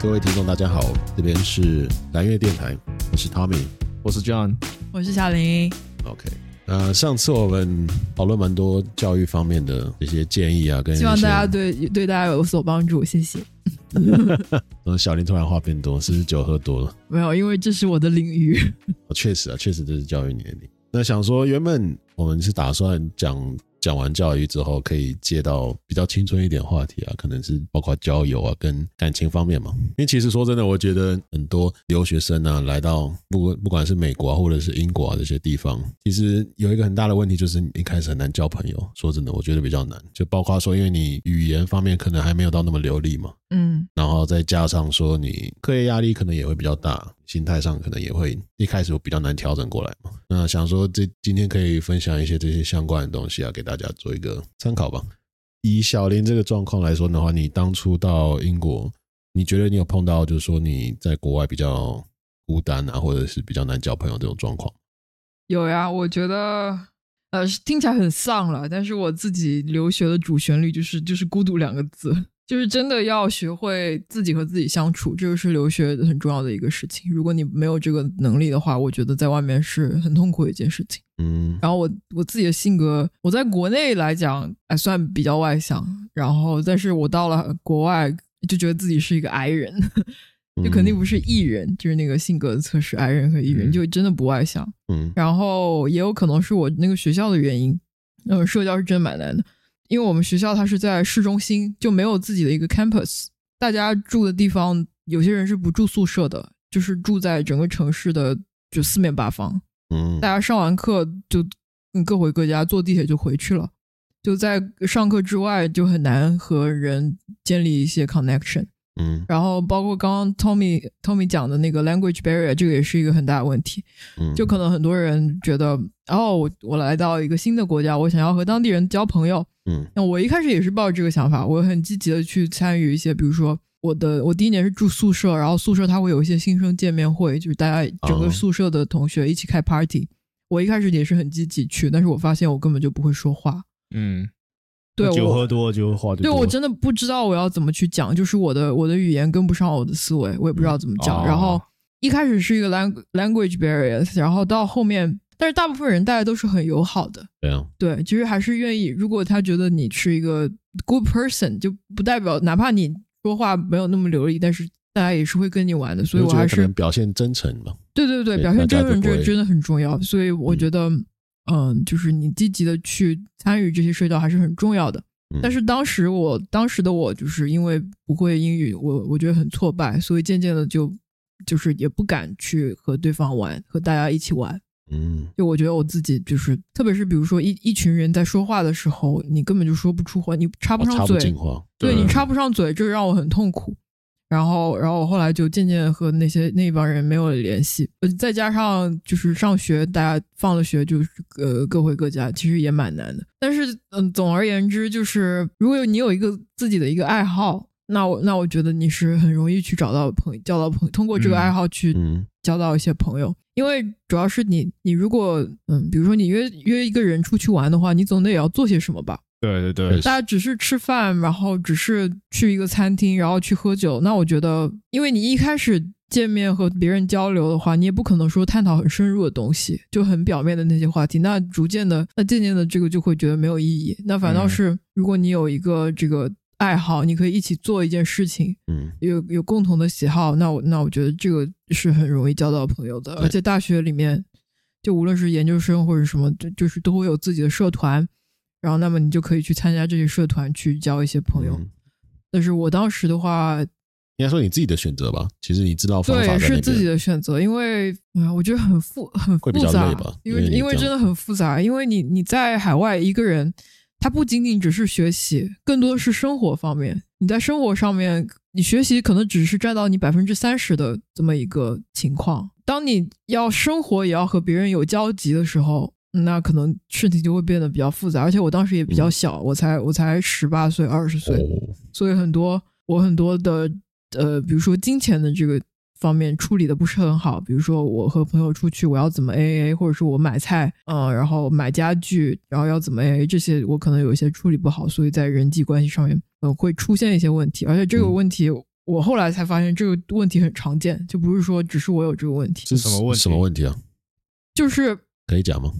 各位听众，大家好，这边是蓝月电台，我是 Tommy。我是 John，我是小林， OK，那呃上次我们讨论蛮多教育方面的一些建议啊，跟希望大家一些对对大家有所帮助，谢谢。呃小林突然话变多，是不是酒喝多了？没有，因为这是我的领域，哦确实啊，确实这是教育年龄。那想说，原本我们是打算讲讲完教育之后，可以接到比较青春一点话题啊，可能是包括交友啊，跟感情方面嘛。因为其实说真的，我觉得很多留学生啊，来到不不管是美国、啊、或者是英国啊这些地方，其实有一个很大的问题就是，你一开始很难交朋友。说真的，我觉得比较难，就包括说，因为你语言方面可能还没有到那么流利嘛，嗯，然后再加上说你课业压力可能也会比较大，心态上可能也会一开始比较难调整过来嘛。那想说这今天可以分享一些这些相关的东西啊，给大家做一个参考吧。以小林这个状况来说的话，你当初到英国，你觉得你有碰到就是说你在国外比较孤单啊，或者是比较难交朋友这种状况？有呀。我觉得，呃，听起来很丧了，但是我自己留学的主旋律就是就是孤独两个字，就是真的要学会自己和自己相处，这个是留学很重要的一个事情。如果你没有这个能力的话，我觉得在外面是很痛苦的一件事情。嗯，然后我我自己的性格，我在国内来讲还算比较外向，然后但是我到了国外就觉得自己是一个 I 人，嗯就肯定不是 E 人，就是那个性格测试 I 人和 E 人，嗯就真的不外向。嗯然后也有可能是我那个学校的原因，嗯，社交是真蛮难的，因为我们学校它是在市中心，就没有自己的一个 campus，大家住的地方有些人是不住宿舍的，就是住在整个城市的就四面八方。嗯大家上完课就嗯各回各家，坐地铁就回去了。就在上课之外，就很难和人建立一些 connection。嗯然后包括刚刚 Tommy Tommy 讲的那个 language barrier，这个也是一个很大的问题。嗯，就可能很多人觉得，哦，我我来到一个新的国家，我想要和当地人交朋友。嗯那我一开始也是抱着这个想法，我很积极的去参与一些，比如说我的我第一年是住宿舍，然后宿舍它会有一些新生见面会，就是大家整哦个宿舍的同学一起开 party。我一开始也是很积极去，但是我发现我根本就不会说话，嗯，对酒我喝多就话就对多我真的不知道我要怎么去讲，就是我的我的语言跟不上我的思维，我也不知道怎么讲。哦然后一开始是一个 lang language barrier，然后到后面，但是大部分人大家都是很友好的，对啊，对，其实还是愿意。如果他觉得你是一个 good person，就不代表哪怕你说话没有那么流利，但是大家也是会跟你玩的。所以就我觉得还可是能表现真诚嘛。对对对，对表现大真家就诚不这会真的很重要。所以我觉得，嗯、就是你积极的去参与这些社交还是很重要的。嗯但是当时我当时的我就是因为不会英语，我我觉得很挫败，所以渐渐的就就是也不敢去和对方玩，和大家一起玩。嗯就我觉得我自己就是，特别是比如说一一群人在说话的时候，你根本就说不出话，你插不我上哦插不嘴，进话，对对你插不上嘴，这让我很痛苦。然后，然后我后来就渐渐地和那些那一帮人没有联系，呃，再加上就是上学，大家放了学就是呃各回各家，其实也蛮难的。但是，嗯，总而言之，就是如果你有一个自己的一个爱好，那我那我觉得你是很容易去找到朋交到朋通过这个嗯爱好去嗯交到一些朋友，因为主要是你，你如果嗯，比如说你约约一个人出去玩的话，你总得也要做些什么吧？对对对对，大家只是吃饭，然后只是去一个餐厅，然后去喝酒，那我觉得，因为你一开始见面和别人交流的话，你也不可能说探讨很深入的东西，就很表面的那些话题，那逐渐的，那渐渐的这个就会觉得没有意义。那反倒嗯是如果你有一个这个爱好，你可以一起做一件事情，嗯有有共同的喜好，那我那我觉得这个是很容易交到朋友的。对而且大学里面，就无论是研究生或者什么，就就是都会有自己的社团，然后那么你就可以去参加这些社团去交一些朋友。嗯但是我当时的话，应该说你自己的选择吧。其实你知道方法在对那边哦是自己的选择，因为啊、我觉得很复很会复比较杂累吧，因因为你因为这样真的很复杂，因为你你在海外一个人，他不仅仅只是学习，更多是生活方面。你在生活上面，你学习可能只是占到你百分之三十的这么一个情况。当你要生活也要和别人有交集的时候，嗯那可能事情就会变得比较复杂。而且我当时也比较小，我才我才十八岁、二十岁，嗯哦所以很多我很多的呃，比如说金钱的这个方面处理的不是很好，比如说我和朋友出去，我要怎么 A A，或者是我买菜，嗯、然后买家具，然后要怎么 A A，这些呃我可能有一些处理不好，所以在人际关系上面，嗯、会出现一些问题，而且这个问题。我后来才发现这个问题很常见，就不是说只是我有这个问题，这什么问题什么问题啊？就是可以讲吗？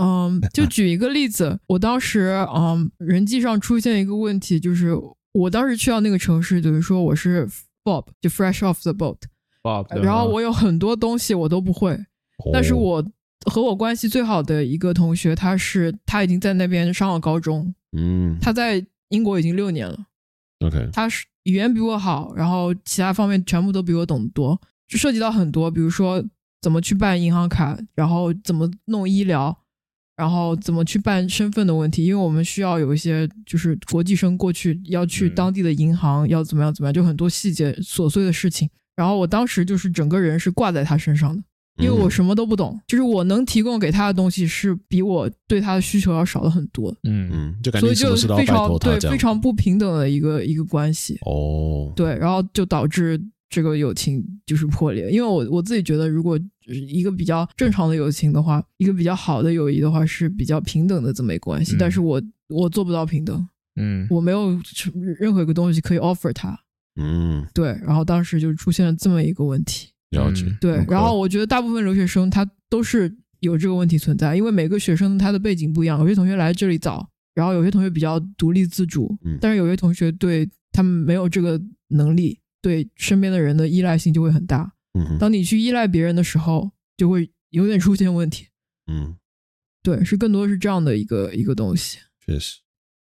嗯，就举一个例子，我当时嗯，人际上出现一个问题，就是我当时去到那个城市，等于说我是 Bob，就 fresh off the boat， Bob，对啊然后吧我有很多东西我都不会，但是哦我和我关系最好的一个同学，他是他已经在那边上了高中，嗯他在英国已经六年了， ，OK，他是语言比我好，然后其他方面全部都比我懂得多，就涉及到很多，比如说怎么去办银行卡，然后怎么弄医疗，然后怎么去办身份的问题，因为我们需要有一些就是国际生过去要去嗯当地的银行、要怎么样怎么样，就很多细节琐碎的事情。然后我当时就是整个人是挂在他身上的，嗯因为我什么都不懂，就是我能提供给他的东西是比我对他的需求要少的很多，嗯，嗯，嗯就感所觉以什就么事都要非拜常托他对这非样。常不平等的一个一个关系。哦，对，然后就导致这个友情就是破裂。因为我我自己觉得，如果就是一个比较正常的友情的话，一个比较好的友谊的话，是比较平等的这么一个关系。嗯但是我我做不到平等，嗯，我没有任何一个东西可以 offer 他。嗯，对，然后当时就出现了这么一个问题。了解嗯。对 OK，然后我觉得大部分留学生他都是有这个问题存在，因为每个学生他的背景不一样，有些同学来这里早，然后有些同学比较独立自主，嗯但是有些同学对他们没有这个能力，对身边的人的依赖性就会很大。嗯哼当你去依赖别人的时候，就会有点出现问题。嗯，对，是更多是这样的一个一个东西。确实，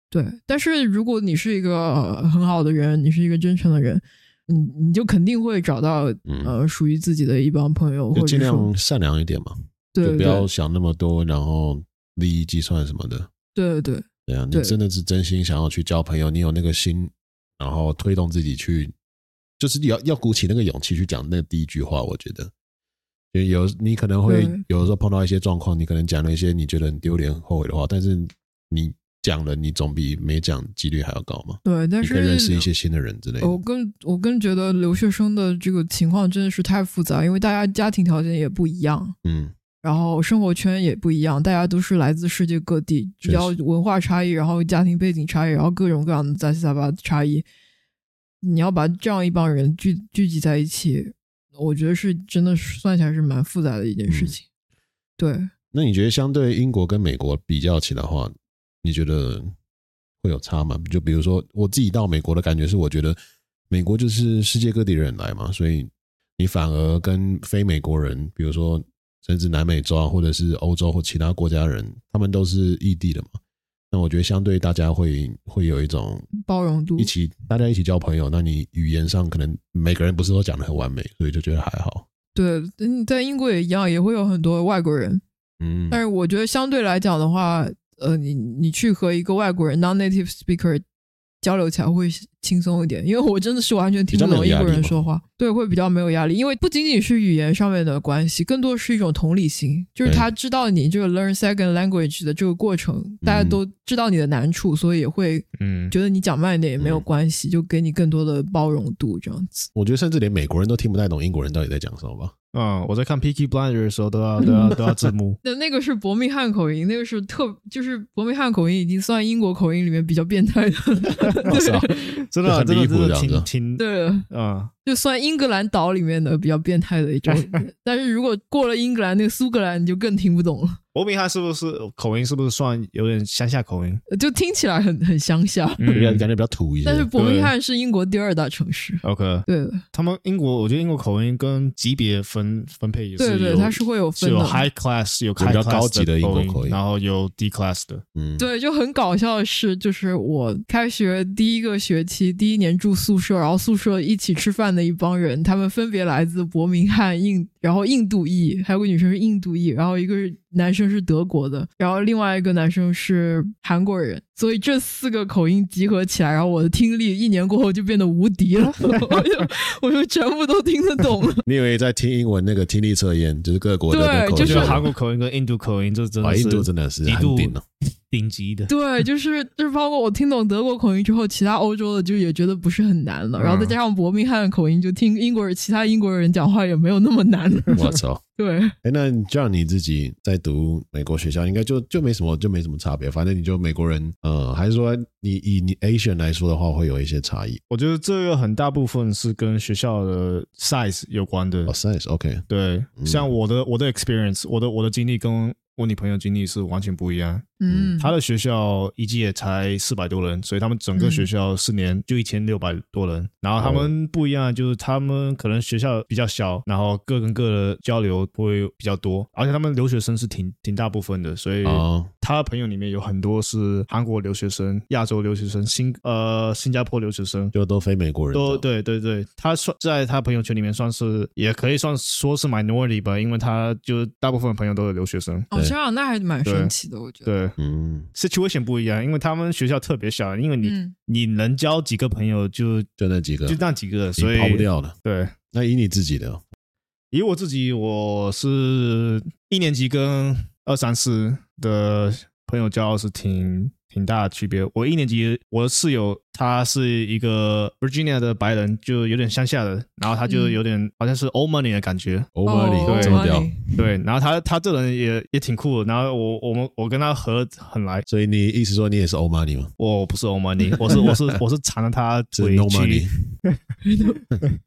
对，但是如果你是一个、呃很好的人，你是一个真诚的人，你你就肯定会找到嗯呃属于自己的一帮朋友，或就尽者说量善良一点嘛，对就对不要对想那么多，然后利益计算什么的。对对对啊，你对真的是真心想要去交朋友，你有那个心，然后推动自己去，就是要要鼓起那个勇气去讲那第一句话。我觉得，因为有你可能会对有的时候碰到一些状况，你可能讲了一些你觉得很丢脸、很后悔的话，但是你讲了，你总比没讲几率还要高嘛。对，但你是哦可以认识一些新的人之类的。我更我更觉得留学生的这个情况真的是太复杂，因为大家家庭条件也不一样，嗯，然后生活圈也不一样，大家都是来自世界各地，确实然后文化差异，然后家庭背景差异，然后各种各样的杂七杂八的差异。你要把这样一帮人聚聚集在一起，我觉得是真的是算起来是蛮复杂的一件嗯事情。对，那你觉得相对英国跟美国比较起来的话，你觉得会有差吗？就比如说我自己到美国的感觉是，我觉得美国就是世界各地人来嘛，所以你反而跟非美国人，比如说甚至南美洲啊，或者是欧洲或其他国家人，他们都是异地的嘛。那我觉得相对大家会会有一种包容度一起大家一起交朋友，那你语言上可能每个人不是都讲的很完美，所以就觉得还好。对，嗯，在英国也一样，也会有很多外国人，嗯，但是我觉得相对来讲的话，呃，你你去和一个外国人 non-native speaker 交流起来会轻松一点，因为我真的是完全听不懂比较没英有压力国嘛人说话，对，会比较没有压力，因为不仅仅是语言上面的关系，更多是一种同理心，就是对他知道你这个 learn second language 的这个过程，大嗯家都知道你的难处，所以也会嗯，觉得你讲慢一点也没有嗯关系，就给你更多的包容度，这样子。我觉得甚至连美国人都听不太懂英国人到底在讲什么吧。嗯，我在看 Peaky Blinder 的时候都要 ，都要都要字幕那那个是伯明翰口音，那个是特就是伯明翰口音已经算英国口音里面比较变态的， 对真的啊很真离谱这的真的样子挺挺对，嗯就算英格兰岛里面的比较变态的一 种，但是如果过了英格兰那个苏格兰，你就更听不懂了，伯明翰是不是口音是不是算有点乡下口 音？就听起来很很乡下。嗯感觉比较土一些。但是伯明翰是英国第二大城市， OK，对他们英国，我觉得英国口音跟级别分分配也是对对，有它是会有是分有的。 high class 有比 high 较 class 高级的英国口口音然后有 D class 的，嗯，对，就很搞笑的是，就是我开学第一个学期第一年住宿舍，然后宿舍一起吃饭的一帮人，他们分别来自伯明翰印，然后印度裔，还有个女生是印度裔，然后一个男生是德国的，然后另外一个男生是韩国人，所以这四个口音集合起来，然后我的听力一年过后就变得无敌了， 我就我就全部都听得懂了。你以为在听英文那个听力测验，就是各国的对那口就我音觉是得韩国口音跟印度口音这真哇的哦是印度真的是一很 度顶了，哦顶级的， 对，就是就是包括我听懂德国口音之后，其他欧洲的就也觉得不是很难了。然后再加上伯明翰口音，就听英国人其他英国人讲话也没有那么难了。 我操！对，哎，那这样你自己在读美国学校，应该就就没什么，就没什么差别。反正你就美国人，呃，还是说你以你 Asian 来说的话，会有一些差异。我觉得这个很大部分是跟学校的 size 有关的哦。，size，OK，、对，嗯像我的我的 experience，我的我的经历跟我女朋友经历是完全不一样。嗯，她的学校一届才四百多人，所以他们整个嗯学校四年就一千六百多人。然后哦他们不一样，就是他们可能学校比较小，然后各跟各的交流会比较多，而且他们留学生是挺挺大部分的，所以哦他朋友里面有很多是韩国留学生、亚洲留学生、新呃新加坡留学生，就都非美国人都这样。对对对，他算在他朋友圈里面算是也可以算说是 minority 吧，因为他就大部分朋友都是留学生。哦，对这样那还蛮神奇的，我觉得。对嗯， ，situation 不一样，因为他们学校特别小，因为你、嗯你能交几个朋友就就那几个，就那几个，所你以跑不掉了。对，那以你自己的，以我自己，我是一年级跟二三四的朋友交是挺挺大的区别。我一年级，我的室友他是一个 Virginia 的白人，就有点乡下的，然后他就嗯有点、好像是 old money 的感觉，欧巴里哦这么屌，对。然后他他这人也也挺酷的，然后我我们我跟他合很来，所以你意思说你也是欧巴里吗？我不是 old money，我是我是我是缠着他 是回 no 去 money，。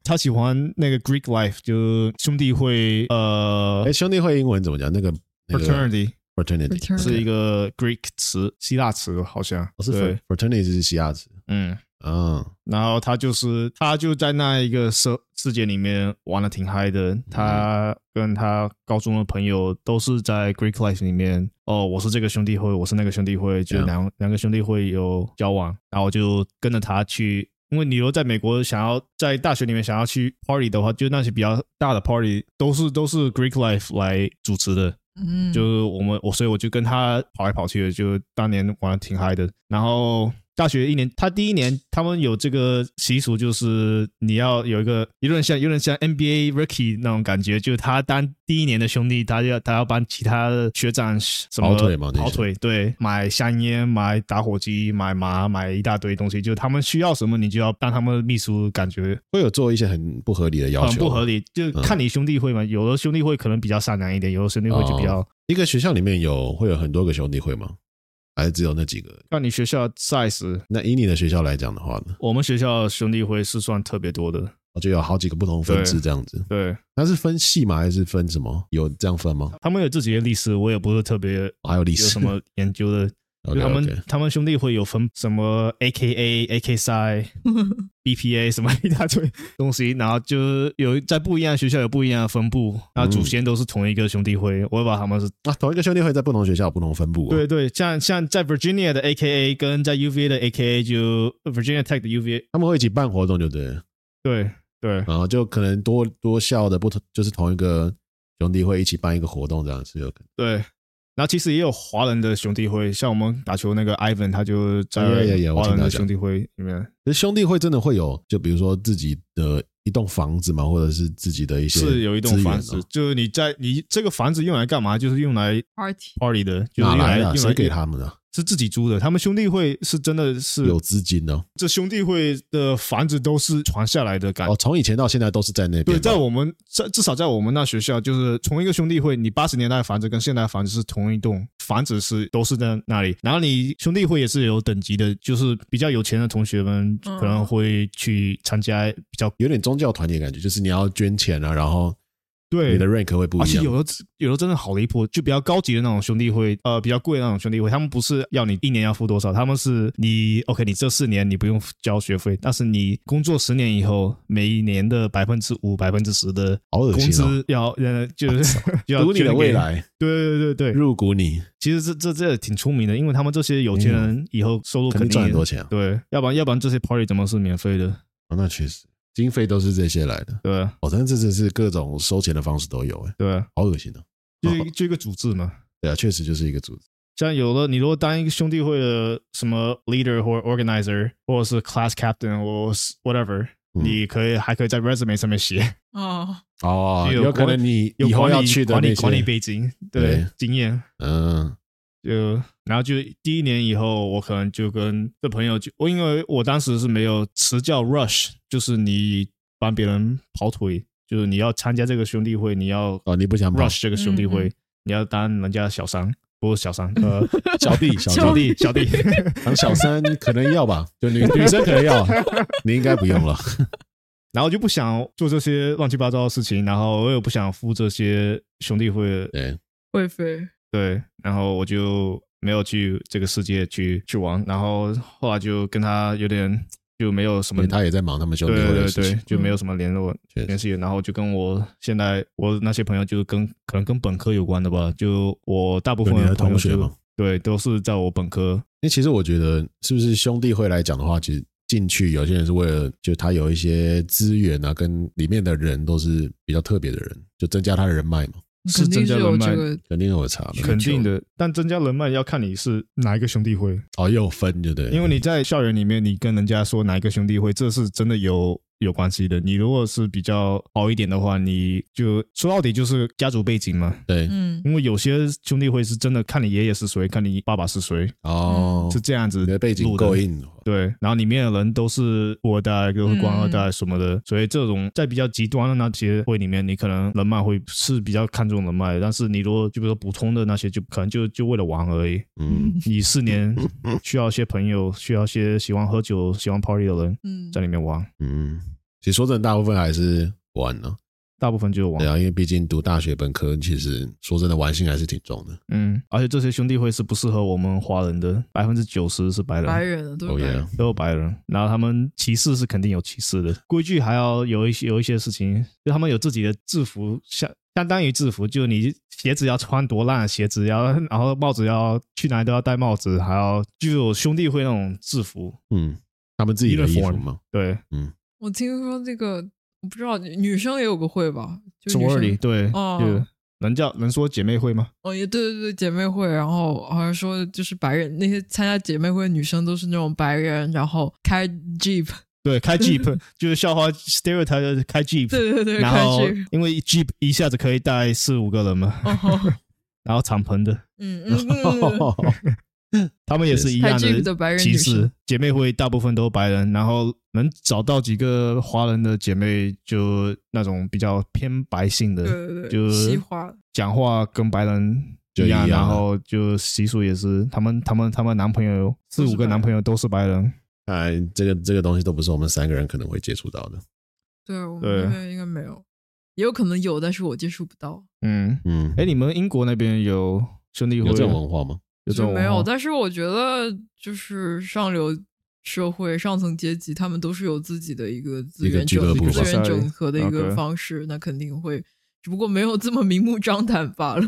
他喜欢那个 Greek life，就兄弟会呃哎，兄弟会英文怎么讲？那个那个 fraternity。 fraternity Fraternity 是一个，个 Greek 词，希腊词好像。哦是对， fraternity 是西亚词嗯。啊。然后他就是他就在那一个世世界里面玩的挺嗨的，他跟他高中的朋友都是在 Greek life 里面。哦，我是这个兄弟会，我是那个兄弟会，就 Yeah 两两个兄弟会有交往，然后我就跟着他去。因为你如果在美国想要在大学里面想要去 party 的话，就那些比较大的 party 都是都是 Greek life 来主持的，嗯，就是我们我，所以我就跟他跑来跑去的，就当年玩的挺嗨的。然后大学一年，他第一年他们有这个习俗，就是你要有一个有点像有点像 NBA Ricky 那种感觉，就是他当第一年的兄弟，他要他要帮其他的学长什么跑腿嘛那些跑腿对，买香烟、买打火机、买麻、买一大堆东西，就是他们需要什么，你就要当他们的秘书，感觉会有做一些很不合理的要很求，嗯不合。理。就看你兄弟会嘛，有的兄弟会可能比较善良一点，有的兄弟会就比较。一个学校里面有会有很多个兄弟会吗？还是只有那几个？看你学校 size，那以你的学校来讲的话呢，哦我们学校兄弟会是算特别多的，就有好几个不同分支这样子。对它是分系吗？还是分什么？有这样分吗？哦他们有自己的历史，我也不是特别还有历有史？什么研究的。就 OK，OK？他们他们兄弟会有分什么 A K A A K 赛 B P A 什么一大堆东西，然后就有在不一样的学校有不一样的分布，然后祖先都是同一个兄弟会，我也不知道他们是啊，同一个兄弟会在不同学校有不同分布、哦。对对，像像在 Virginia 的 A K A 跟在 U V A 的 A K A 就 Virginia Tech 的 U V A 他们会一起办活动，就对了。对对然后就可能多多校的不同，就是同一个兄弟会一起办一个活动，这样是有可能。对，然后其实也有华人的兄弟会，像我们打球那个 Ivan，他就在啊，yeah, yeah, yeah，我华听人他的讲兄弟会里面。可是兄弟会真的会有，就比如说自己的一栋房子嘛，或者是自己的一些是有一栋资源房哦子，就是你在你这个房子用来干嘛？就是用来 party， party 的，就哪是用来来的用啊？来谁给他们的啊？是自己租的。他们兄弟会是真的是有资金哦。这兄弟会的房子都是传下来的感觉。哦，从以前到现在都是在那边吧。哎对，在我们在至少在我们那学校，就是从一个兄弟会，你八十年代的房子跟现在的房子是同一栋房子是都是在那里。然后你兄弟会也是有等级的，就是比较有钱的同学们嗯可能会去参加比较有点宗教团体的感觉，就是你要捐钱啊，然后你对的 rank 会不而一且样。有的有的真的好离谱，就比较高级的那种兄弟会，呃，比较贵的那种兄弟会，他们不是要你一年要付多少，他们是你 OK，你这四年你不用交学费，但是你工作十年以后，每一年的百分之五、百分之十的好恶工心哦啊资要呃，就是 就要赌你的捐给未。来，对对对对，入股你，其实这这这也挺聪明的，因为他们这些有钱人以后收入嗯肯肯定赚也很多钱啊。对，要不然要不然这些 party 怎么是免费的？哦那确实，经费都是这些来的。对哦，但这次是各种收钱的方式都有，哎，对，好恶心哦。就一就一个组织嘛。对啊，确实就是一个组织。像有的你如果当一个兄弟会的什么 leader 或者 organizer 或者是 class captain 或是 whatever，、嗯你可以还可以在 resume 上面写哦，哦，就有有可管能你有以后管理要去的管那理管理些，背景，对对经验，嗯，就然后就第一年以后，我可能就跟这朋友就我因为我当时是没有辞教 rush，就是你帮别人跑腿，就是你要参加这个兄弟会，你要哦，你不想跑 rush 这个兄弟会，嗯你要当人家小三，不是 小三，呃，小弟，小小弟，弟，小弟， 当小三 可能要吧，就女女生可能要，啊你应该不用了。然后就不想做这些乱七八糟的事情，然后我也不想付这些兄弟会的对，会飞，对，然后我就没有去这个世界去去玩，然后后来就跟他有点就没有什因么为，他也在忙他们兄弟对会对的事嗯对，情。就没有什么联络确实联系，然后就跟我现在我那些朋友就跟可能跟本科有关的吧，就我大部分有你的朋友同学就吗对都是在我本科，因为其实我觉得，是不是兄弟会来讲的话，其实进去有些人是为了，就他有一些资源啊，跟里面的人都是比较特别的人，就增加他的人脉嘛，是肯定增加是有人脉这个肯定有差嘛。肯定的，但增加人脉要看你是哪一个兄弟会，哦，又有分，就对了，因为你在校园里面，你跟人家说哪一个兄弟会，这是真的有有关系的。你如果是比较好一点的话，你就说到底就是家族背景嘛。对嗯因为有些兄弟会是真的看你爷爷是谁，看你爸爸是谁，哦，嗯是这样子你的背景录的够。硬的话，对，然后里面的人都是富二代，都是官二代什么的，所以这种在比较极端的那些会里面，你可能人脉会是比较看重人脉的，但是你如果就比如说普通的那些，就可能就就为了玩而已。嗯，你四年 需要一些朋友，需要一些喜欢喝酒、喜欢 party 的人嗯在里面玩，嗯，其实说真的，大部分还是玩啊呢、大部分就是玩对。啊，因为毕竟读大学本科，其实说真的，玩性还是挺重的。嗯，而且这些兄弟会是不适合我们华人的，百分之九十是白人，白人的对哦不对耶？，都有白人。然后他们歧视是肯定有歧视的，规矩还要有一些有一些事情，就他们有自己的制服，相相当于制服，就你鞋子要穿多烂，鞋子要，然后帽子要去哪里都要戴帽子，还要就有兄弟会那种制服。嗯，他们自己的衣服 Uniform 嘛，对，我听说这个我不知道，女生也有个会吧？就是女 sorority，生对，哦就能叫能说姐妹会吗？哦，也对对对，姐妹会，然后好像说就是白人那些参加姐妹会的女生都是那种白人，然后开 Jeep，对，开 Jeep 就是笑话 stereotype 就是开 Jeep，对对对，然开后 Jeep，因为 Jeep 一下子可以带四五个人嘛，哦，然后敞篷的，嗯嗯嗯， 他们也是一样开 Jeep 的白人歧女生视，。姐妹会大部分都是白人，然后能找到几个华人的姐妹，就那种比较偏白性对的，对对，就西化，讲话跟白人。就一一样样，然啊后就习俗也是，他们他们他们男朋友四都是五个白男人朋友都是白人，哎，这个这个东西都不是我们三个人可能会接触到的。对我对们那边应该没有，也有可能有，但是我接触不到，嗯，嗯，哎，你们英国那边有兄弟会有这种文化吗？有这就种哦没有。文化但是我觉得就是上流社会、上层阶级，他们都是有自己的一个资一个源俱乐整部资吧源整合的一 OK 个方式，那肯定会，只不过没有这么明目张胆罢了。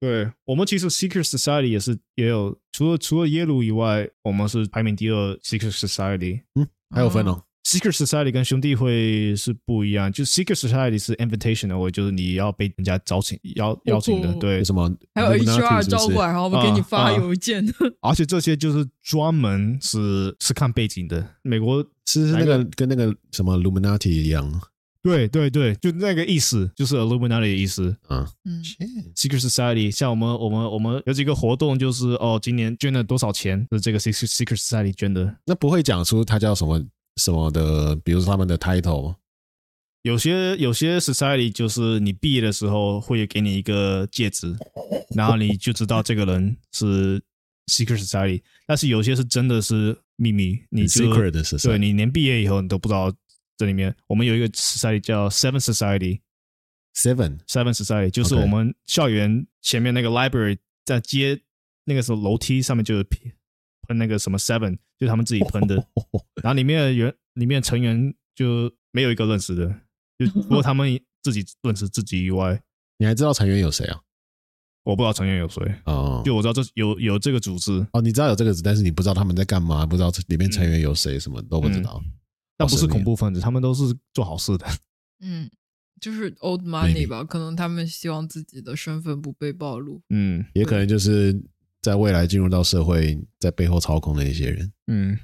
对我们其实 Secret Society 也是也有，除了除了耶鲁以外，我们是排名第二 Secret Society。啊还有分哦， Secret Society 跟兄弟会是不一样，就 Secret Society 是 invitational，就是你要被人家招请邀邀请的，哦对有。什么还有 Illuminati HR 是不招是过来，然后我们给你啊发啊邮件的。 而且这些就是专门是是看背景的，美国是是那哪个跟那个什么 Luminati 一样，对对对，就那个意思，就是 Illuminati 的意思。嗯，嗯， Secret Society，像我们我们我们有几个活动，就是哦，今年捐了多少钱是这个 Secret Secret Society 捐的，那不会讲出他叫什么什么的，比如说他们的 title 吗？有些有些 society 就是你毕业的时候会给你一个戒指，然后你就知道这个人是 secret society，但是有些是真的是秘密，你就 secret 的是对你连毕业以后你都不知道这里面。我们有一个 society 叫 Seven Society，Seven seven Society 就是 OK 我们校园前面那个 library 在街那个时候楼梯上面就有喷喷那个什么 Seven，就是他们自己喷的。然后里面的原里面成员就没有一个认识的，就除了他们自己认识自己以外，你还知道成员有谁啊？我不知道成员有谁。哦，就我知道这有有这个组织，哦，你知道有这个字，但是你不知道他们在干嘛，不知道里面成员有谁，什么都不知道。但不是神秘啊恐怖分子，他们都是做好事的。嗯，就是 old Maybe money 吧，可能他们希望自己的身份不被暴露。嗯也可能就是在未来进入到社会，在背后操控的一些人。嗯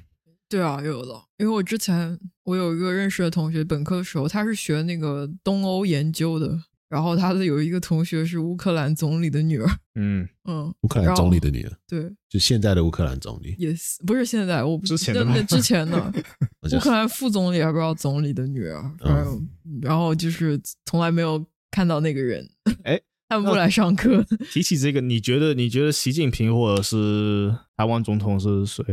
对啊，有的，因为我之前我有一个认识的同学，本科的时候他是学那个东欧研究的，然后他的有一个同学是乌克兰总理的女儿，嗯，嗯，乌克兰总理的女儿，对，就现在的乌克兰总理，也是不是现在，我不之前的那吗那之前的我嗯乌想克兰副总理还不知道总理的女儿，反正、然后就是从来没有看到那 个人，哎，他们不来上课， 提起这个，你觉得你觉得习近平或者是台湾总统是谁？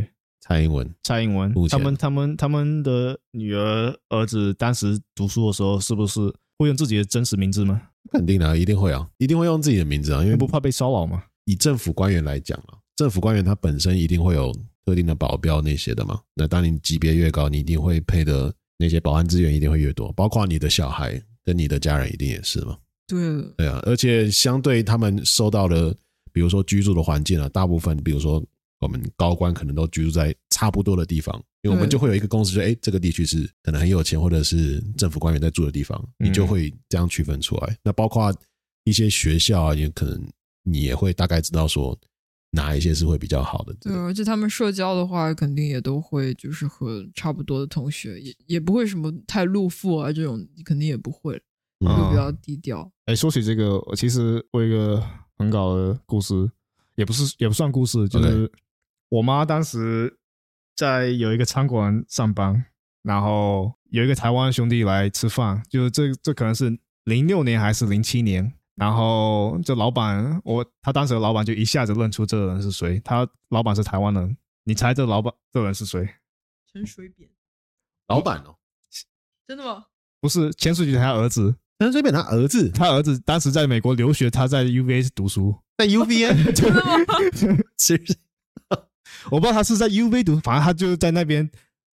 蔡英文蔡英文目，前他们他们他们的女儿儿子当时读书的时候，是不是会用自己的真实名字吗？肯定啊，一定会啊，一定会用自己的名字啊，因为不怕被骚扰吗？以政府官员来讲啊，政府官员他本身一定会有特定的保镖那些的嘛。那当你级别越高，你一定会配的那些保安资源一定会越多，包括你的小孩跟你的家人一定也是嘛。对，对啊，而且相对他们受到的，比如说居住的环境啊，大部分比如说我们高官可能都居住在差不多的地方，因为我们对就会有一个公司说，哎，这个地区是可能很有钱或者是政府官员在住的地方，嗯你就会这样区分出来。那包括一些学校啊，也可能你也会大概知道说哪一些是会比较好的。对，而且他们社交的话，肯定也都会就是和差不多的同学，也也不会什么太露富啊这种，肯定也不会，嗯就比较低调。哎，说起这个，我其实我有一个很搞的故事，也不是也不算故事，就是我妈当时在有一个餐馆上班，然后有一个台湾兄弟来吃饭，就是这这可能是零六年还是零七年，然后这老板我他当时的老板就一下子认出这个人是谁，他老板是台湾人，你猜这老板这人是谁？陈水扁，老板哦，真的吗？不是潜水局他儿子，陈水扁他儿子他儿子当时在美国留学，他在 UVA 读书。在 UVA，真的吗？我不知道他是在 UV 读，反正他就是在那边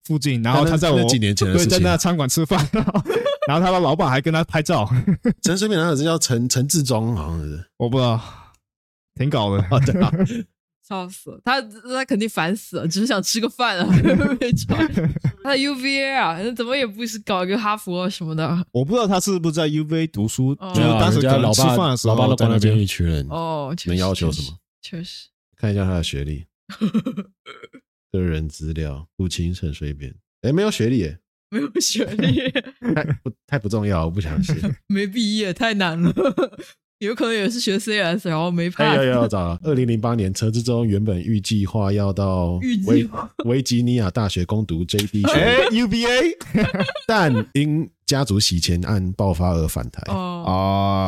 附近，然后他在我那几年前的对，事在情那啊。餐馆吃饭， 然后然后他的老板还跟他拍照， 陈水扁他儿子叫陈陈志忠，好像是。我不知道，挺搞 的。对啊，笑死了，他他肯定烦死了，只是想吃个饭 啊，没辙他 UVA 啊，那怎么也不是搞一个哈佛什么嗯的我不知道他是不是在 UV 读书，哦就是对啊当时人可家能老吃爸饭的时老爸候都在关那到监 边狱。去了，哦。确实能要求什么？确实，看一下他的学历、确实个人资料、父亲陈水扁。哎，没有学历 耶，没有 学历，太不太不重要，我不想 写。没毕业太难了，有可能也是学 CS，然后没哎， pass 要。要要找了。二零零八年，陈志忠原本预计划要到预计维维吉尼亚大学攻读 JD 学位，哎，UVA 但因家族洗钱案爆发而返台。哦，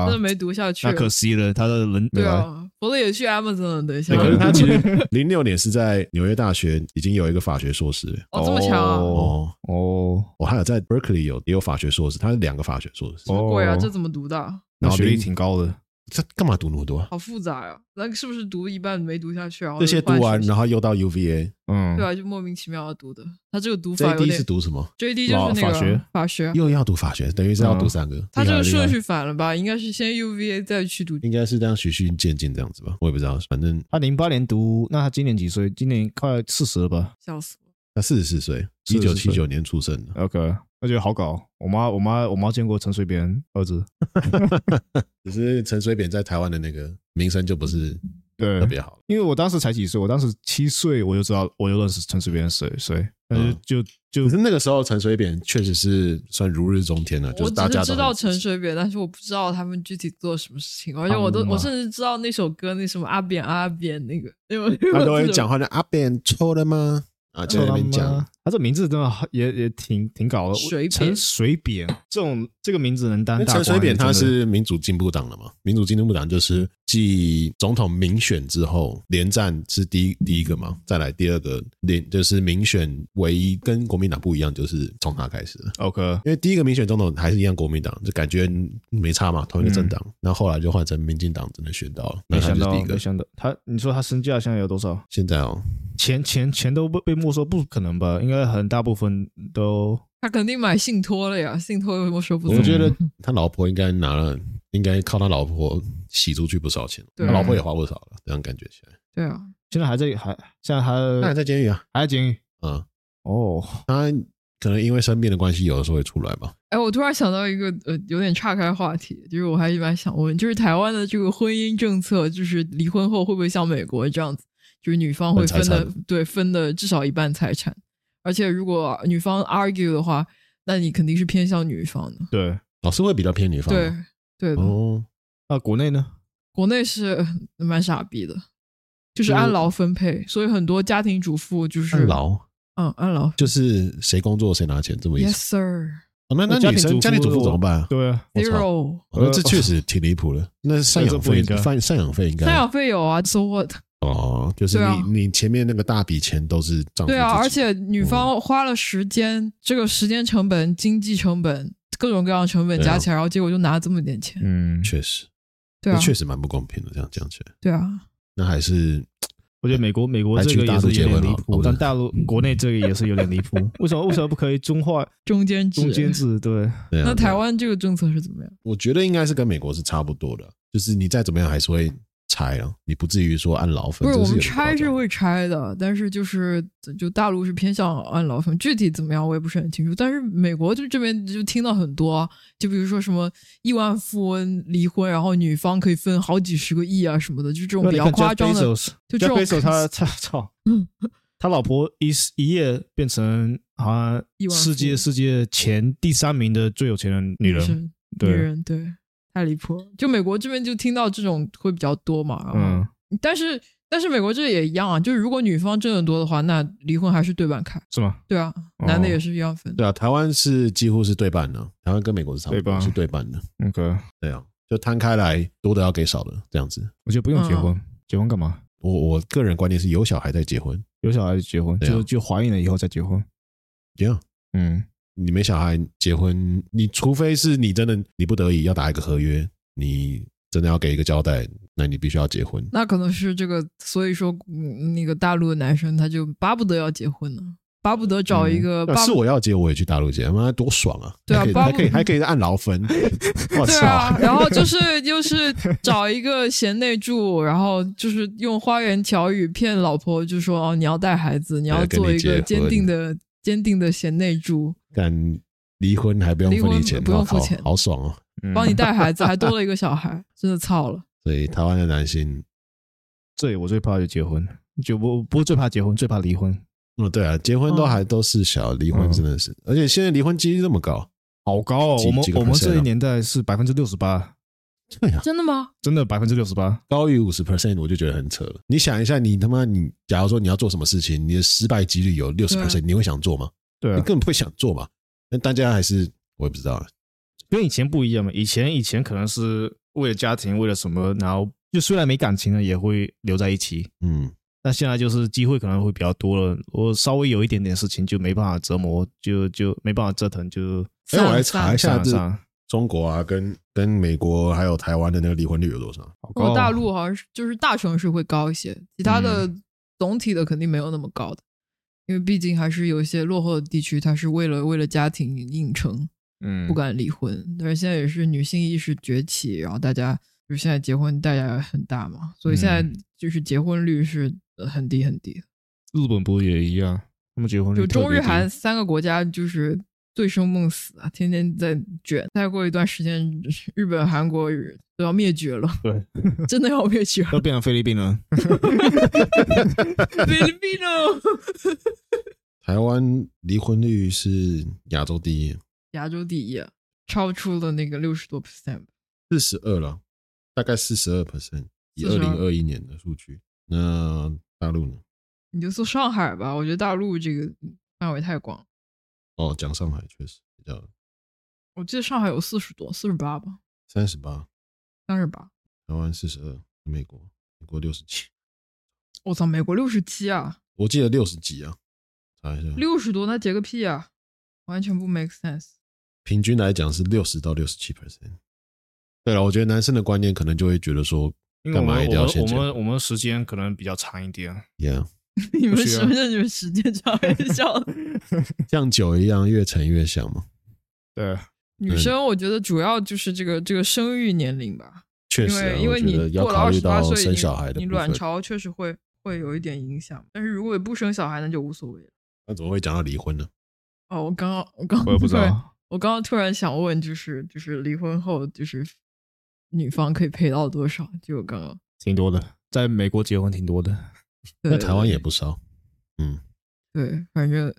啊真的没读下去。那可惜了，他的人对吧？啊，伯乐也去 Amazon 了，等一下对，。可是他其实零六年是在纽约大学已经有一个法学硕士了。哦，这么强啊！哦， 哦，我还有在 Berkeley 有也有法学硕士，他是两个法学硕士。什么鬼啊？哦 这怎么读的？那学历零挺高的，这干嘛读那么多啊？好复杂呀！那是不是读一半没读下去，然后这些就换读完，学习然后又到 UVA。嗯对，啊，就莫名其妙的读的。他这个读法有 JD 点是读什么？ JD 老就是那个法学法学，又要读法学，等于是要读嗯三个。他这个厉害厉害顺序反了吧？应该是先 UVA 再去读。应该是这样循序渐进这样子吧，我也不知道，反正他零八年读，那他今年几岁？今年快四十了吧？笑死我！他啊四十四岁，一九44七岁九年出生的， OK，那就好搞。我妈，我妈，我妈见过陈水扁儿子，只是陈水扁在台湾的那个名声就不是对特，别好。因为我当时才几岁，我当时七岁，我就知道，我就认识陈水扁是谁谁，但是嗯就可是那个时候陈水扁确实是算如日中天了，啊就我是大只家是都知道陈水扁，但是我不知道他们具体做什么事情，而且我都他们嘛我甚至知道那首歌，那什么阿扁阿扁那个，因为 他都会讲话，就阿扁抽了吗？啊，就在那边讲，他这名字真的好也也挺挺搞的。水扁陈水扁这种这个名字能因当为大哎陈官水扁他真的是民主进步党的嘛，民主进步党就是继总统民选之后，连战是第一第一个嘛，再来第二个连就是民选唯一跟国民党不一样，就是从他开始的。 OK，因为第一个民选总统还是一样国民党，就感觉没差嘛，同一个政党。那、后来就换成民进党，真的选到了，那嗯没他想就是到第一个没。想到他，你说他身价现在有多少？现在哦，钱钱钱都被被没收，不可能吧？应该很大部分都他肯定买信托了呀，信托有没有说不我走？觉得嗯他老婆应该拿了，应该靠他老婆洗出去不少钱，对他老嗯婆也花不少了，这样感觉起来。对啊，现在还在还现在还他还在监狱啊，还在监狱嗯，哦。他可能因为生病的关系，有的时候会出来吧。哎，我突然想到一个呃，有点岔开话题，就是我还蛮想问，就是台湾的这个婚姻政策，就是离婚后会不会像美国这样子，就是女方会分财分的产对分的至少一半财产，而且如果女方 argue 的话，那你肯定是偏向女方的，对，老师会比较偏女方，对，对的，哦，那国内呢？国内是蛮傻逼的，就是按劳分配，所以很多家庭主妇就是按劳嗯，按劳就是谁工作谁拿钱这么意，Yes 思。 sir 哦那那家女庭生主家庭主妇妇怎么办啊？对啊，我操 zero。哦那这确实挺离谱 的。那赡养这不费应该赡赡养费应该赡养费有啊，so what？哦，就是你、对啊你前面那个大笔钱都是丈夫对啊，自己嗯而且女方花了时间，这个时间成本、经济成本、各种各样的成本对啊加起来，然后结果就拿了这么点钱。嗯，确实，对啊那，确实蛮不公平的。这样讲起来，对啊，那还是我觉得美国美国还这个去大也陆是结有点婚离了我谱，不但是大陆国内这个也是有点离谱。为什么为什么不可以中 化中间值。中间制？对，对啊那台，对啊啊湾这个政策是怎么样？我觉得应该是跟美国是差不多的，就是你再怎么样还是会拆啊，你不至于说按劳分。不是，这我们有点夸拆是张会拆的，但是就是就大陆是偏向按劳分，具体怎么样我也不是很清楚。但是美国就这边就听到很多，就比如说什么亿万富翁离婚，然后女方可以分好几十个亿啊什么的，就这种比较夸张的，就这 j 种 e 他他 操，他老婆一一夜变成好像亿万富世界翁世界前第三名的最有钱的女人，生女对，人对，太离谱了。就美国这边就听到这种会比较多嘛，然后嗯，但是但是美国这也一样啊，就是如果女方挣得多的话，那离婚还是对半开，是吗？对啊，哦男的也是一样分的。对啊，台湾是几乎是对半的，台湾跟美国是差不对多吧是对半的，那个对啊，就摊开来多的要给少的这样子。我觉得不用结嗯婚，结婚干嘛？我我个人观念是有小孩再结婚，有小孩就结婚，对啊就就怀孕了以后再结婚。这样。嗯，啊你没小孩结婚，你除非是你真的你不得已要打一个合约，你真的要给一个交代，那你必须要结婚。那可能是这个，所以说嗯那个大陆的男生他就巴不得要结婚呢，巴不得找一个，那巴啊是不我嗯要结，我也去大陆结，妈多爽啊！呃对啊还可以包还可以还可以按劳 分，我对操、 啊，然后就是就是找一个贤内助，然后就是用花言巧语骗老婆，就说哦你要带孩子，你要对跟做你一个结婚坚定的坚定的贤内助，敢离婚还不用分你钱，离婚不用我靠付钱好爽哦！嗯帮你带孩子，还多了一个小孩，真的操了。所以台湾的男性，最我最怕就结婚，就不不是最怕结婚，最怕离婚，嗯，对啊，结婚都嗯还都是小，离婚真的是，而且现在离婚几率这么高，嗯好高哦！几我们几个我们 percent 啊这一年代是百分之六十八，对啊， 真的吗？真的百分之六十八。高于五十 percent 我就觉得很扯了。你想一下，你他妈你，假如说你要做什么事情，你的失败几率有六十 percent，对你会想做吗？啊对你啊，根本不会想做嘛。但大家还是我也不知道，啊跟以前不一样嘛。以前以前可能是为了家庭，为了什么，然后就虽然没感情了，也会留在一起。嗯，那现在就是机会可能会比较多了，我稍微有一点点事情就没办法折磨，就就没办法折腾，就哎，我来算查一上下了这上了中国啊，跟跟美国还有台湾的那个离婚率有多少？好然高后哦嗯大陆好像是就是大城市会高一些，其他的总体的肯定没有那么高的，因为毕竟还是有一些落后的地区，它是为了为了家庭硬撑，嗯不敢离婚。但是现在也是女性意识崛起，然后大家就是现在结婚代价很大嘛，所以现在嗯就是结婚率是呃很低很低的。日本不也一样？他们结婚率就中特别日低韩三个国家就是醉生梦死啊，天天在卷。再过一段时间，日本、韩国都要灭绝了，对，真的要灭绝了。 都变成菲律宾人。菲律宾哦，台湾离婚率是亚洲第一，亚洲第一，超出了那个六十多 percent。四十二了，大概四十二 percent，以二42零二一年的数据。那大陆呢？你就说上海吧，我觉得大陆这个范围太广了。哦，讲上海确实比较我记得上海有四十多，四十八吧，三十八，三十八。台湾四十二，美国美国六十七，我操，美国六十七啊，我记得六十几啊，查一下，六十多那结个屁啊，完全不 make sense。 平均来讲是六十到六十七 percent。对了，我觉得男生的观念可能就会觉得说，因为干我嘛们一我定要们先我结们我们时间可能比较长一点， yeah，你们不需什要么叫你们时间长还是笑？ 像酒一样越沉越香嘛。对，啊女生我觉得主要就是这个这个生育年龄吧，确因实、啊，为因为我觉你得要过了考二虑十八到岁，生小孩的你你部卵分。巢确实会会有一点影响，但是如果不生小孩，那就无所谓了。那怎么会讲到离婚呢？哦，我刚刚我刚我也不知突然道。我刚刚突然想问，就是就是离婚后就是女方可以赔到多少？就我刚刚挺多的，在美国结婚挺多的。那对台湾也不少，嗯，对，反正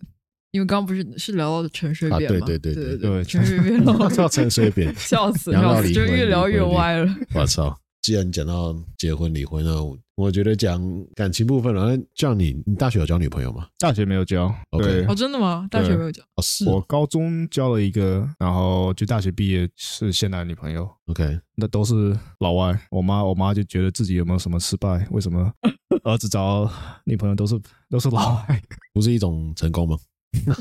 因为刚刚不是是聊到陈水啊扁对嘛，对对对对对陈水 扁老陈水扁， 笑 死，聊到笑死，离就婚越聊离越婚离歪 了。我操！既然讲到结婚离婚了，我我觉得讲感情部分了。那像你，你大学有交女朋友吗？大学没有交， OK 对哦，，真的吗？大学对没有讲，哦，是我高中交了一个，然后就大学毕业是现在的女朋友， OK，那都是老外。我妈我妈就觉得自己有没有什么失败，为什 么儿子找女朋友都是都是老外？ 不是一种成功吗？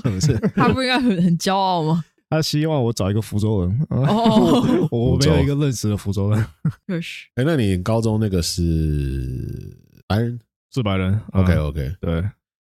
不是，他不应该很很骄傲 吗？她希望我找一个福州人，哦我我福没州有一个认识的福州人，确实，哎，那你高中那个是白人是白人。嗯？OK OK，对，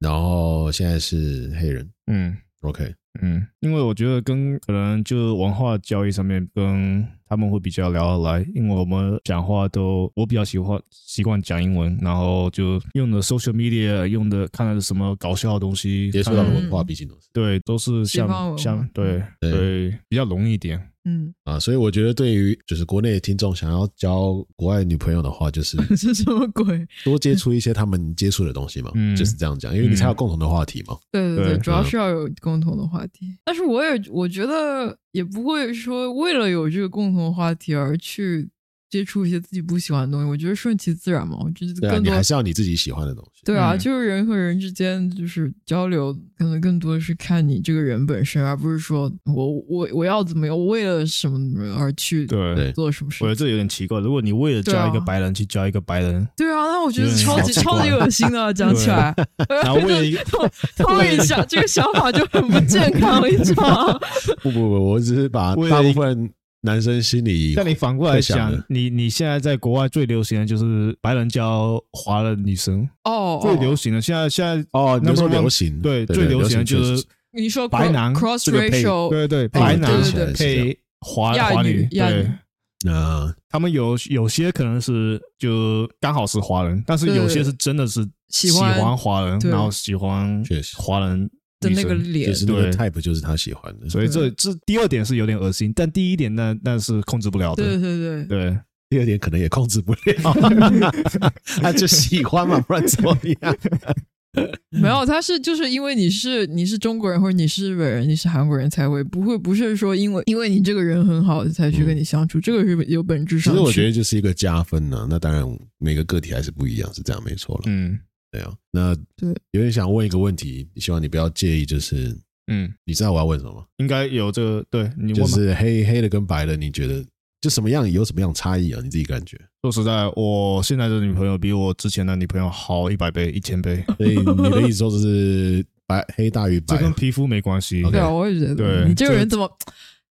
然后现在是黑人嗯。 OK，嗯，因为我觉得跟可能就文化交易上面跟他们会比较聊得来，因为我们讲话都我比较喜欢习惯讲英文，然后就用的 social media 用的看了什么搞笑的东西，接触看到了的文化毕竟都是对都是西方文像化像对对对比较容易一点，嗯， 啊，所以我觉得对于就是国内的听众想要交国外女朋友的话，就是这什么鬼？多接触一些他们接触的东西嘛，嗯就是这样讲，因为你才有共同的话题嘛。对对对，对主要嗯是要有共同的话题。但是我也我觉得也不会说为了有这个共同话题而去接触一些自己不喜欢的东西。我觉得顺其自然嘛，我觉得对啊，更你多还是要你自己喜欢的东西。对啊，嗯就是人和人之间就是交流，可能更多的是看你这个人本身，而不是说我我我要怎么样，我为了什么而去对。对做什么事我觉得情。这有点奇怪。如果你为了对啊交一个白人去交一个白人，对啊，那我觉得有点超级小奇超怪级恶心 的，啊讲起来，然后为了一个他们也想这个想法就很不健康，你知道吗？不不不，我只是把为了大部一分男生心里但你反过来会想想的，你你现在在国外最流行的就是白人教华人女生，哦，最流行的，现在现在哦，你就 number 说 one- 流行，对对最流行行的就是你说白 cro- 男 cross 这个配 racial 对对配白对男对对配华亚华女女，亚对女，那他们有有些可能是就刚好是华人，但是对有些是真的是喜喜欢华人，对然后喜欢确实华人的女那个生。脸就，是那个对 type 就是他喜欢的。所以这对这第二点是有点恶心，但第一点那那是控制不了对的。对对，对，第二点可能也控制不了， 他就喜欢嘛，不然怎么样？没有，他是就是因为你是你是中国人或者你是日本人，你是韩国人才会不会不是说因为因为你这个人很好才去跟嗯你相处，这个是有本质其上实的。我觉得就是一个加分呢、那当然，每个个体还是不一样，是这样没错了。嗯对啊，那对有点想问一个问题，希望你不要介意，就是嗯，你知道我要问什么吗？应该有这个。对你问就吧。是黑黑的跟白的，你觉得就什么样有什么样的差异啊？你自己感觉？说实在，我现在的女朋友比我之前的女朋友好一百倍、一千倍，所以你的意思说就是 白黑大于这白跟皮肤没关系。对啊，我也觉得对你这个这人怎么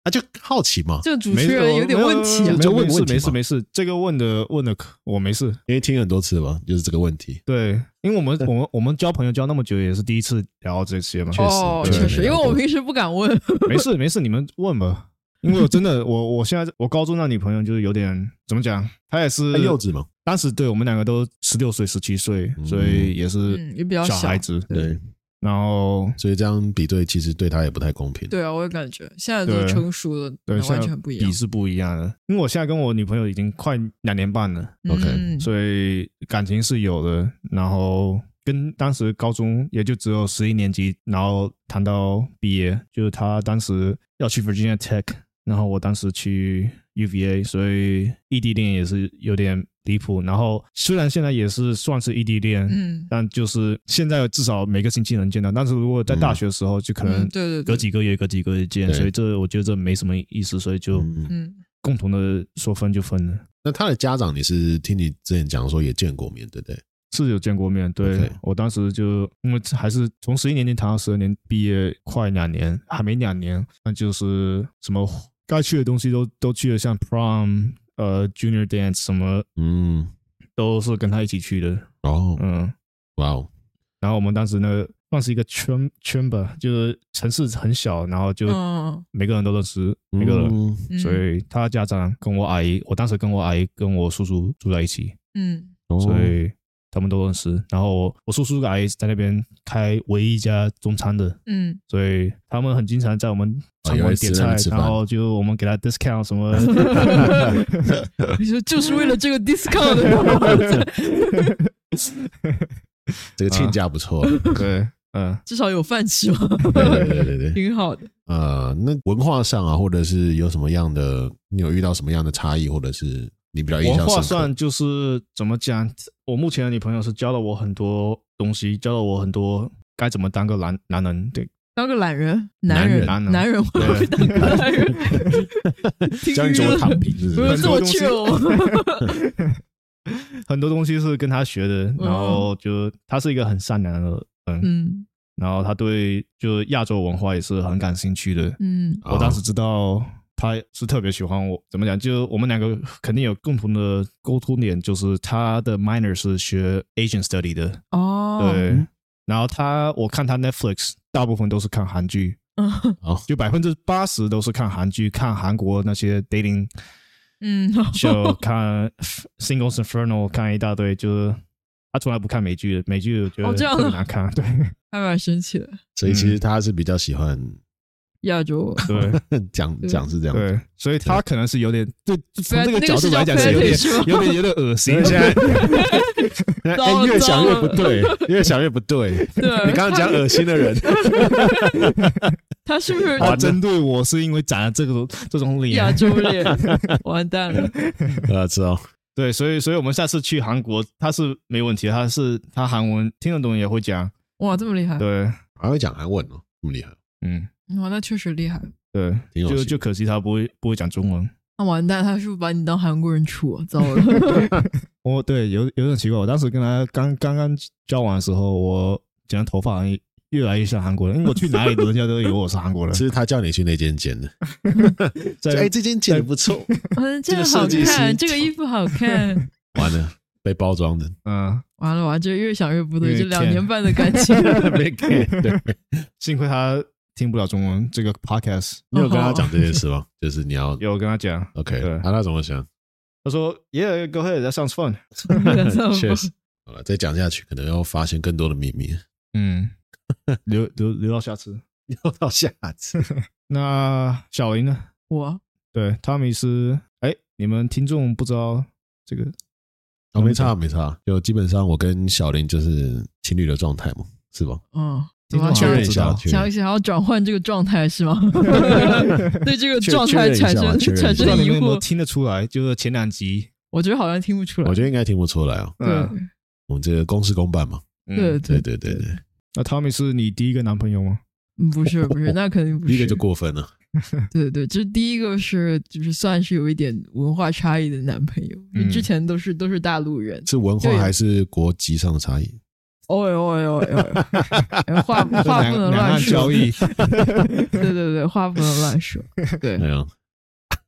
啊？就好奇嘛，这个主没持事人我有点问题没啊有？这个没有没问事题没事嘛没事，这个问的问的可我没事，因为听很多次嘛，就是这个问题。对，因为我们我们我们交朋友交那么久也是第一次聊到这些嘛，确实哦，对 确实，对因为对我平时不敢问。没事没事，你们问吧，因为我真的我我现在我高中那女朋友就是有点怎么讲，她也是很幼稚嘛，当时对我们两个都十六岁十七岁，嗯所以也嗯是也比较小孩小子，对，然后所以这样比对其实对他也不太公平。对啊，我也感觉现在都对成熟了，对完全不一样比。是不一样的，因为我现在跟我女朋友已经快两年半了。 OK，嗯所以感情是有的。然后跟当时高中也就只有十一年级，然后谈到毕业，就是他当时要去 Virginia Tech，然后我当时去 UVA，所以异地恋也是有点离谱。然后虽然现在也是算是异地恋，嗯但就是现在至少每个星期能见到，但是如果在大学的时候，就可嗯，能对对对，隔几个月、隔几个月见，对所以这我觉得这没什么意思，所以就嗯，嗯嗯，共同的说分就分了。那他的家长，你是听你之前讲说也见过面，对不对？是有见过面，对 OK 我当时就因为还是从十一年级谈到十二年，毕业快两年，还没两年，那就是什么该去的东西都都去了，像 prom、呃 junior dance 什么嗯，都是跟他一起去的，哦，嗯，哇哦，然后我们当时呢算是一个圈圈吧，就是城市很小，然后就嗯每个人都认识每个人，嗯嗯所以他家长跟我阿姨，我当时跟我阿姨跟我叔叔住在一起，嗯哦所以他们都认识。然后我我叔叔跟阿姨在那边开唯一一家中餐的，嗯，所以他们很经常在我们哦餐原来馆是点在那菜里吃，饭然后就我们给他 discount 什么， 你说就是为了这个 discount 的，嗯这个亲家不错，啊对，嗯至少有饭吃嘛，对对对对对。挺好的。呃，那文化上啊，或者是有什么样的，你有遇到什么样的差异，或者是你比较印文象化深刻？上就是怎么讲，我目前的女朋友是教了我很多东西，教了我很多该怎么当个男男人， 对，当个懒人，男男人男人男人会不会当个懒人？听教你怎晕么了躺平，是不不用是？这么 chill，很多东西是跟他学的。然后就他是一个很善良的人，嗯然后他对就亚洲文化也是很感兴趣的。嗯啊我当时知道他是特别喜欢我，怎么讲？就我们两个肯定有共同的沟通点，就是他的 minor 是学 Asian study 的，哦，对。然后他，我看他 Netflix 大部分都是看韩剧，嗯好，就百分之八十都是看韩剧，看韩国那些 dating 嗯， show，看 Singles Inferno，看一大堆，就是他从来不看美剧的，美剧我觉哦得这样啊特别难看，对还蛮神奇的。所以其实他是比较喜欢 亚洲，对讲对讲是这样，对，所以他可能是有点，对，从这那个角是度叫来讲是有 fetish 吗点有点有点恶 心因为。现 在哎糟了越想越不 对，越想越不对。 对，啊你刚刚讲恶心的人，他是不是 他针对我是因为长了这个这种亚脸，洲脸？完蛋了，呃，知道对，所以所以我们下次去韩国，他是没问题，他是他韩文听得懂也会讲，哇，这么厉害，对，还会讲韩文哦，这么厉害。嗯，哇，那确实厉害。对，挺有就趣就可惜他不会不会讲中文。那完蛋，他是不是把你当韩国人处啊？糟了，哦，对，有有点奇怪。我当时跟他刚刚刚交往的时候，我剪的头发好像越来越像韩国人，因为我去哪里，人家都以为我是韩国人其。实他叫你去那间 剪的，在哎，这间剪的不错，嗯，这这个个设好计师看，这个衣服好看。完了被包装的， 嗯，完了，完了，这越想越不对，越这两甜年半的感 情，没给。 对，幸亏他听不了中文，这个 podcast 你有跟他 讲这件事 吗？就是你要有跟他讲， OK，啊对那他怎么想？他说 Yeah, go ahead, that sounds fun。嗯确实，好了，再讲下去可能要发现更多的秘密，嗯， 留留留到下次。留到下 次。那小林呢？我对，汤米是哎，你们听众不知道这个哦，没差没差，就基本上我跟小林就是情侣的状态嘛，是吧？嗯，听众好我要确想像认一知下，道确想认。想要转换这个状态 是吗？ 对这个确状确态认一下产吧生确认一产不下生知道你疑们有没有惑，听得出来？就是前两集，我觉得好像听不出来我。觉得应该听不出来哦，对嗯，我们这个公事公办嘛。嗯对对对对对，那汤米是你第一个男朋 友吗？嗯不是不是，那肯定不第一个是就。过分了，对对，这第一个是就是算是有一点文化差异的男朋友，嗯之前都是都是大陆人。是文化对啊还是国籍上的差异？哦哟哦哟哦哟，哎话话不两两能乱岸说交。易，对对对，话不能 乱说。对那，样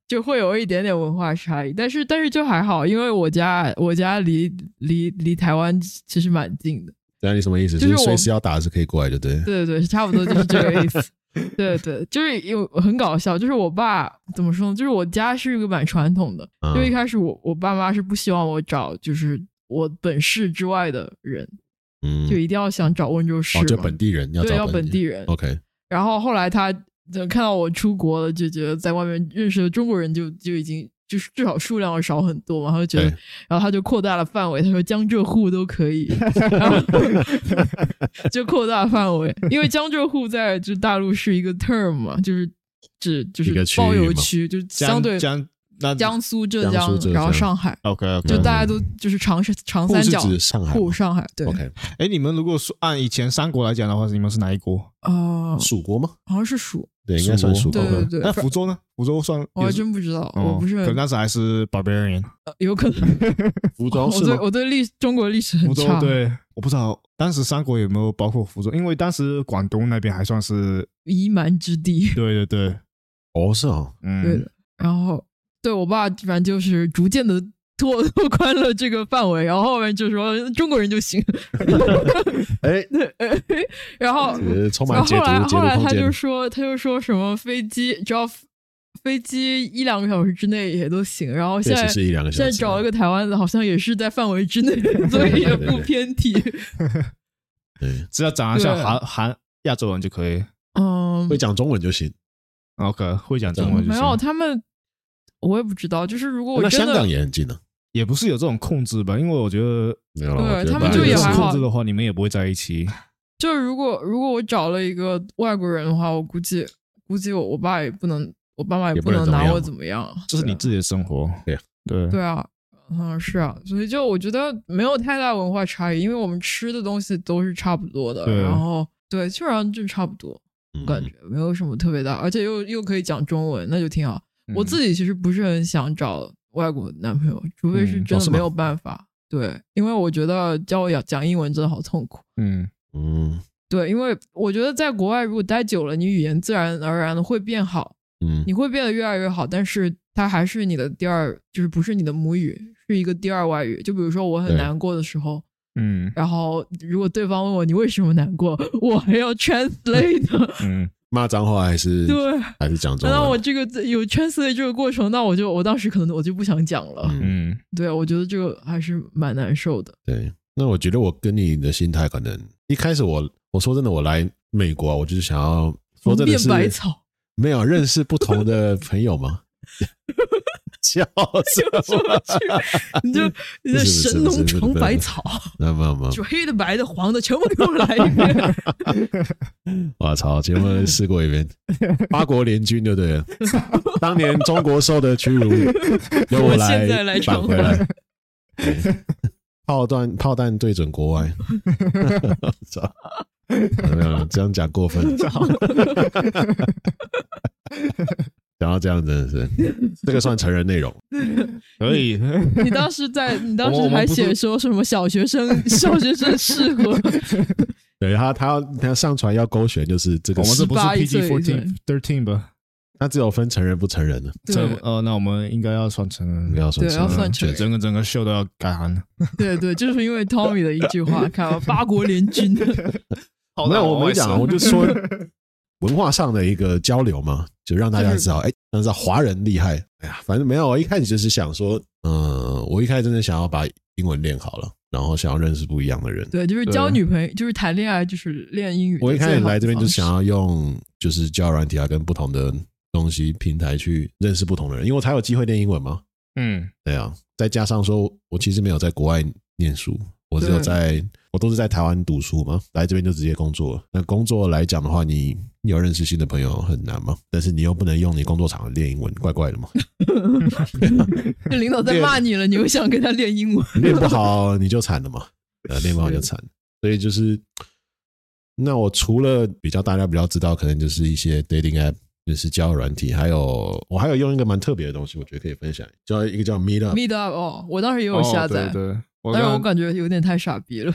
就会有一点点文化差异，但是但是就还好，因为我家我家离离离台湾其实蛮近的，这啊样你什么意思？就是是随我时要打是可以过来，就对。对对对，差不多就是这个意思。对对，就是有很搞笑，就是我爸怎么说呢？就是我家是一个蛮传统的，嗯就一开始我我爸妈是不希望我找就是我本市之外的人，嗯就，一定要想找温州市哦，就嘛本地人要对找要本地地人。 OK，然后后来他就看到我出国了，就觉得在外面认识的中国人就就已经就是至少数量要少很多嘛，他就觉得对，然后他就扩大了范围，他说江浙沪都可以， 然后就扩大范围，因为江浙沪在就大陆是一个 term 嘛，就是指就一个是区域包邮嘛区，就江 相对江那江苏、浙江苏江浙，然后江嗯上海， OK OK，就大家都就是长是长沪三是角指上海吗沪上海对， OK，哎，你们如果说按以前三国来讲的话，你们是哪一国？哦，蜀国吗？好像是蜀，对，应该算蜀蜀国国对吧。对那对，哎福州呢？福州算我还也是真不知道，哦我不是可能很当时还是 barbarian，有 可能，服装我是对吗？我对历中国历史很福州差，对，我不知道当时三国有没有包括福州，因为当时广东那边还算是夷蛮之地，对对对，哦，是哦，对嗯的，。然后对我爸，反正就是逐渐的拓拓宽了这个范围，然后后面就说中国人就 行。哎， 然后，这个充嗯然满后解后来读解后读来空他就间。说，他就说什么飞机只要飞机一两个小时之内也都行。然后现确在实是一两个小现时。在找一个台湾的，好像也是在范围 之内，所以也不偏题。对，只要长得像对韩韩亚洲人就可以。嗯会，讲中文就行。 OK，会讲中文就没行。有他们，我也不知道。就是如果我那真香港的也很近呢。啊也不是有这种控制吧，因为我觉得没有啦，我对觉得他本们来就就也是还好控制的话，你们也不会在一起。就是如果如果我找了一个外国人的话，我估计估计我我爸也不能，我爸妈也不不能能怎么拿样我嘛怎么样。这是你自己的生活，对啊对对啊，嗯，是啊，所以就我觉得没有太大文化差异，因为我们吃的东西都是差不多的，对然后对，基本上就差不多，嗯我感觉没有什么特别大，而且又又可以讲中文，那就挺好。我自己己其实不是很想找外国男朋友，除非是嗯真哦是的吗没有办法。对，因为我觉得教我讲讲英文真的好痛苦。嗯嗯对，因为我觉得在国外如果待久了，你语言自然而然的会变好，嗯你会变得越来越好，但是它还是你的第二，就是不是你的母语，是一个第二外语。就比如说我很对难过的时候，嗯然后如果对方问我你为什么难过， 我还要 translate，嗯骂脏话还是对。还是讲中难道我文？这个有 translate 这个过程，那我就我当时可能我就不想讲了。嗯嗯对，我觉得这个还是蛮难受的。对，那我觉得我跟你的心态可能一开始我我说真的，我来美国啊我就是想要说真的变哦是百草，没有认识不同的朋友吗？ 笑有死 什么区别？你就你不是不就是神不是农不是尝不是百不是嗯草， 那没有没有就黑的、白的、黄的，全部给我来一 遍。我操，节目试过一 遍，八国联军就对了。当年中国受的屈 辱，由我我现在来扳偿回还来。对炮弹炮弹对准国 外，操！没有了，这样讲过 分。讲到这样真的是，这个算成人内容。可以， 你当时在，你当我时我们还不写是说什么小学生，小学生适 合，对他，他要他上传要勾选，就是这我个们是，这不是18一 PG 岁 fourteen thirteen 吧？他只有分成人不成人的，对这呃，那我们应该要算成人，不要说对成要人算成确人实嗯整个整个秀都要改行。对对，就是因为 Tommy 的一句话，看吧八国联军， 好没有，我没讲啊，我 就 说文化上的一个交流嘛，就让大家就是知道，哎，让知道华人厉害。哎呀，反正没有，我一开始就是想说，嗯，我一开始真的想要把英文练好了，然后想要认识不一样的人。对，就是交对女朋友，就是谈恋爱，就是练英语。我一开始来这边就想，要用就是教软体啊，跟不同的东西平台去认识不同的人，因为我才有机会练英文嘛。嗯对啊，再加上说我其实没有在国外念书，我只有对在我都是在台湾读书嘛，来这边就直接工作了。那工作来讲的话，你你有认识新的朋友很难嘛，但是你又不能用你工作场合练英文，怪怪 的嘛，就领导在骂你了，你又想跟他练英 文，练不好你就惨了嘛，呃，练不好是就惨。所以就是，那我除了比较大家比较知道，可能就是一些 dating app。就是交友软体，还有我还有用一个蛮特别的东西，我觉得可以分享，叫一个叫 Meetup。 Meet Up 哦，我当时也有下载哦，对对，我但是我刚感觉有点太傻逼了。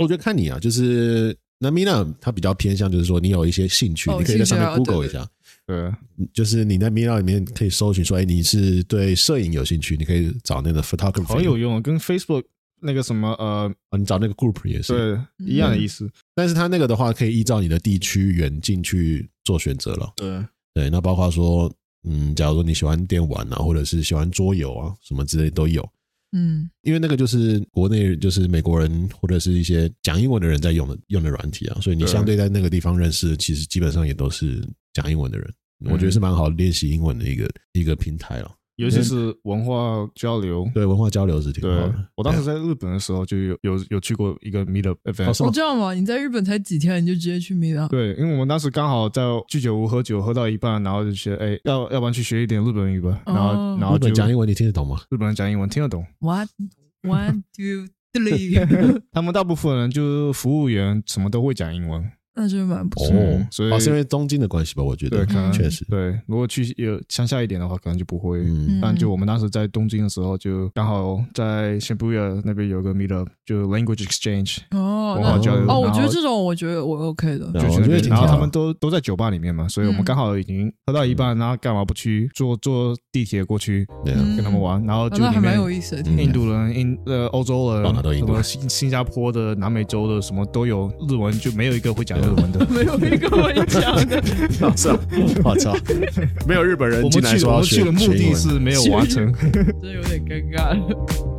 我觉得看你啊，就是那 Mina 它比较偏向就是说你有一些兴趣，哦你可以在上面兴趣啊 Google 对一下，对就是你在 Mina 里面可以搜寻说，哎，你是对摄影有兴趣，你可以找那个 photography，好有用，跟 Facebook 那个什么呃，哦你找那个 group 也是。嗯对一样的意思，但是它那个的话，可以依照你的地区远近去做选择了。对，对，那包括说，嗯，假如说你喜欢电玩啊，或者是喜欢桌游啊什么之类都有。嗯，因为那个就是国内就是美国人或者是一些讲英文的人在用的用的软体啊，所以你对相对在那个地方认识的，其实基本上也都是讲英文的人，嗯我觉得是蛮好练习英文的一个一个平台了。尤其是文化交流。对文化交流是挺好对的。，我当时在日本的时候就有有有去过一个 meetup 哦 event，是吗我这样吧，你在日本才几天，你就直接去 Meet Up，对，因为我们当时刚好在居酒屋喝酒，喝到一半，然后就觉得，哎，要要不然去学一点日本语吧。然后，嗯哦然日后就本讲英文你听得懂吗？日本人讲英文听得懂。 What one two three，他们大部分人就是服务员，什么都会讲英文。那真蛮不哦错。所以哦，是因为东京的关系吧？我觉得对，可能确实，对。如果去有乡下一点的话，可能就不会。嗯，但就我们当时在东京的时候，就刚好在 Shibuya 那边有个 meetup，就 language exchange 哦，文那化交流。嗯哦，我然后觉得这种我觉得我 OK 的。对啊就哦我觉去那得边，挺然后好他的们都都在酒吧里面嘛，所以我们嗯刚好已经喝到一半，然后干嘛不去坐坐地铁过去对啊，嗯跟他们玩？然后啊就那里还蛮面有意思的，嗯挺印度人、印呃欧洲人到哦哪都，印什度么新新加坡的、南美洲的，什么都有，日文就没有一个会讲日文的。 没有一个会 讲的。是啊， 我操， 没有日本人我进们来去说我要们学去的目学英的文是没有完成。真有点尴尬了。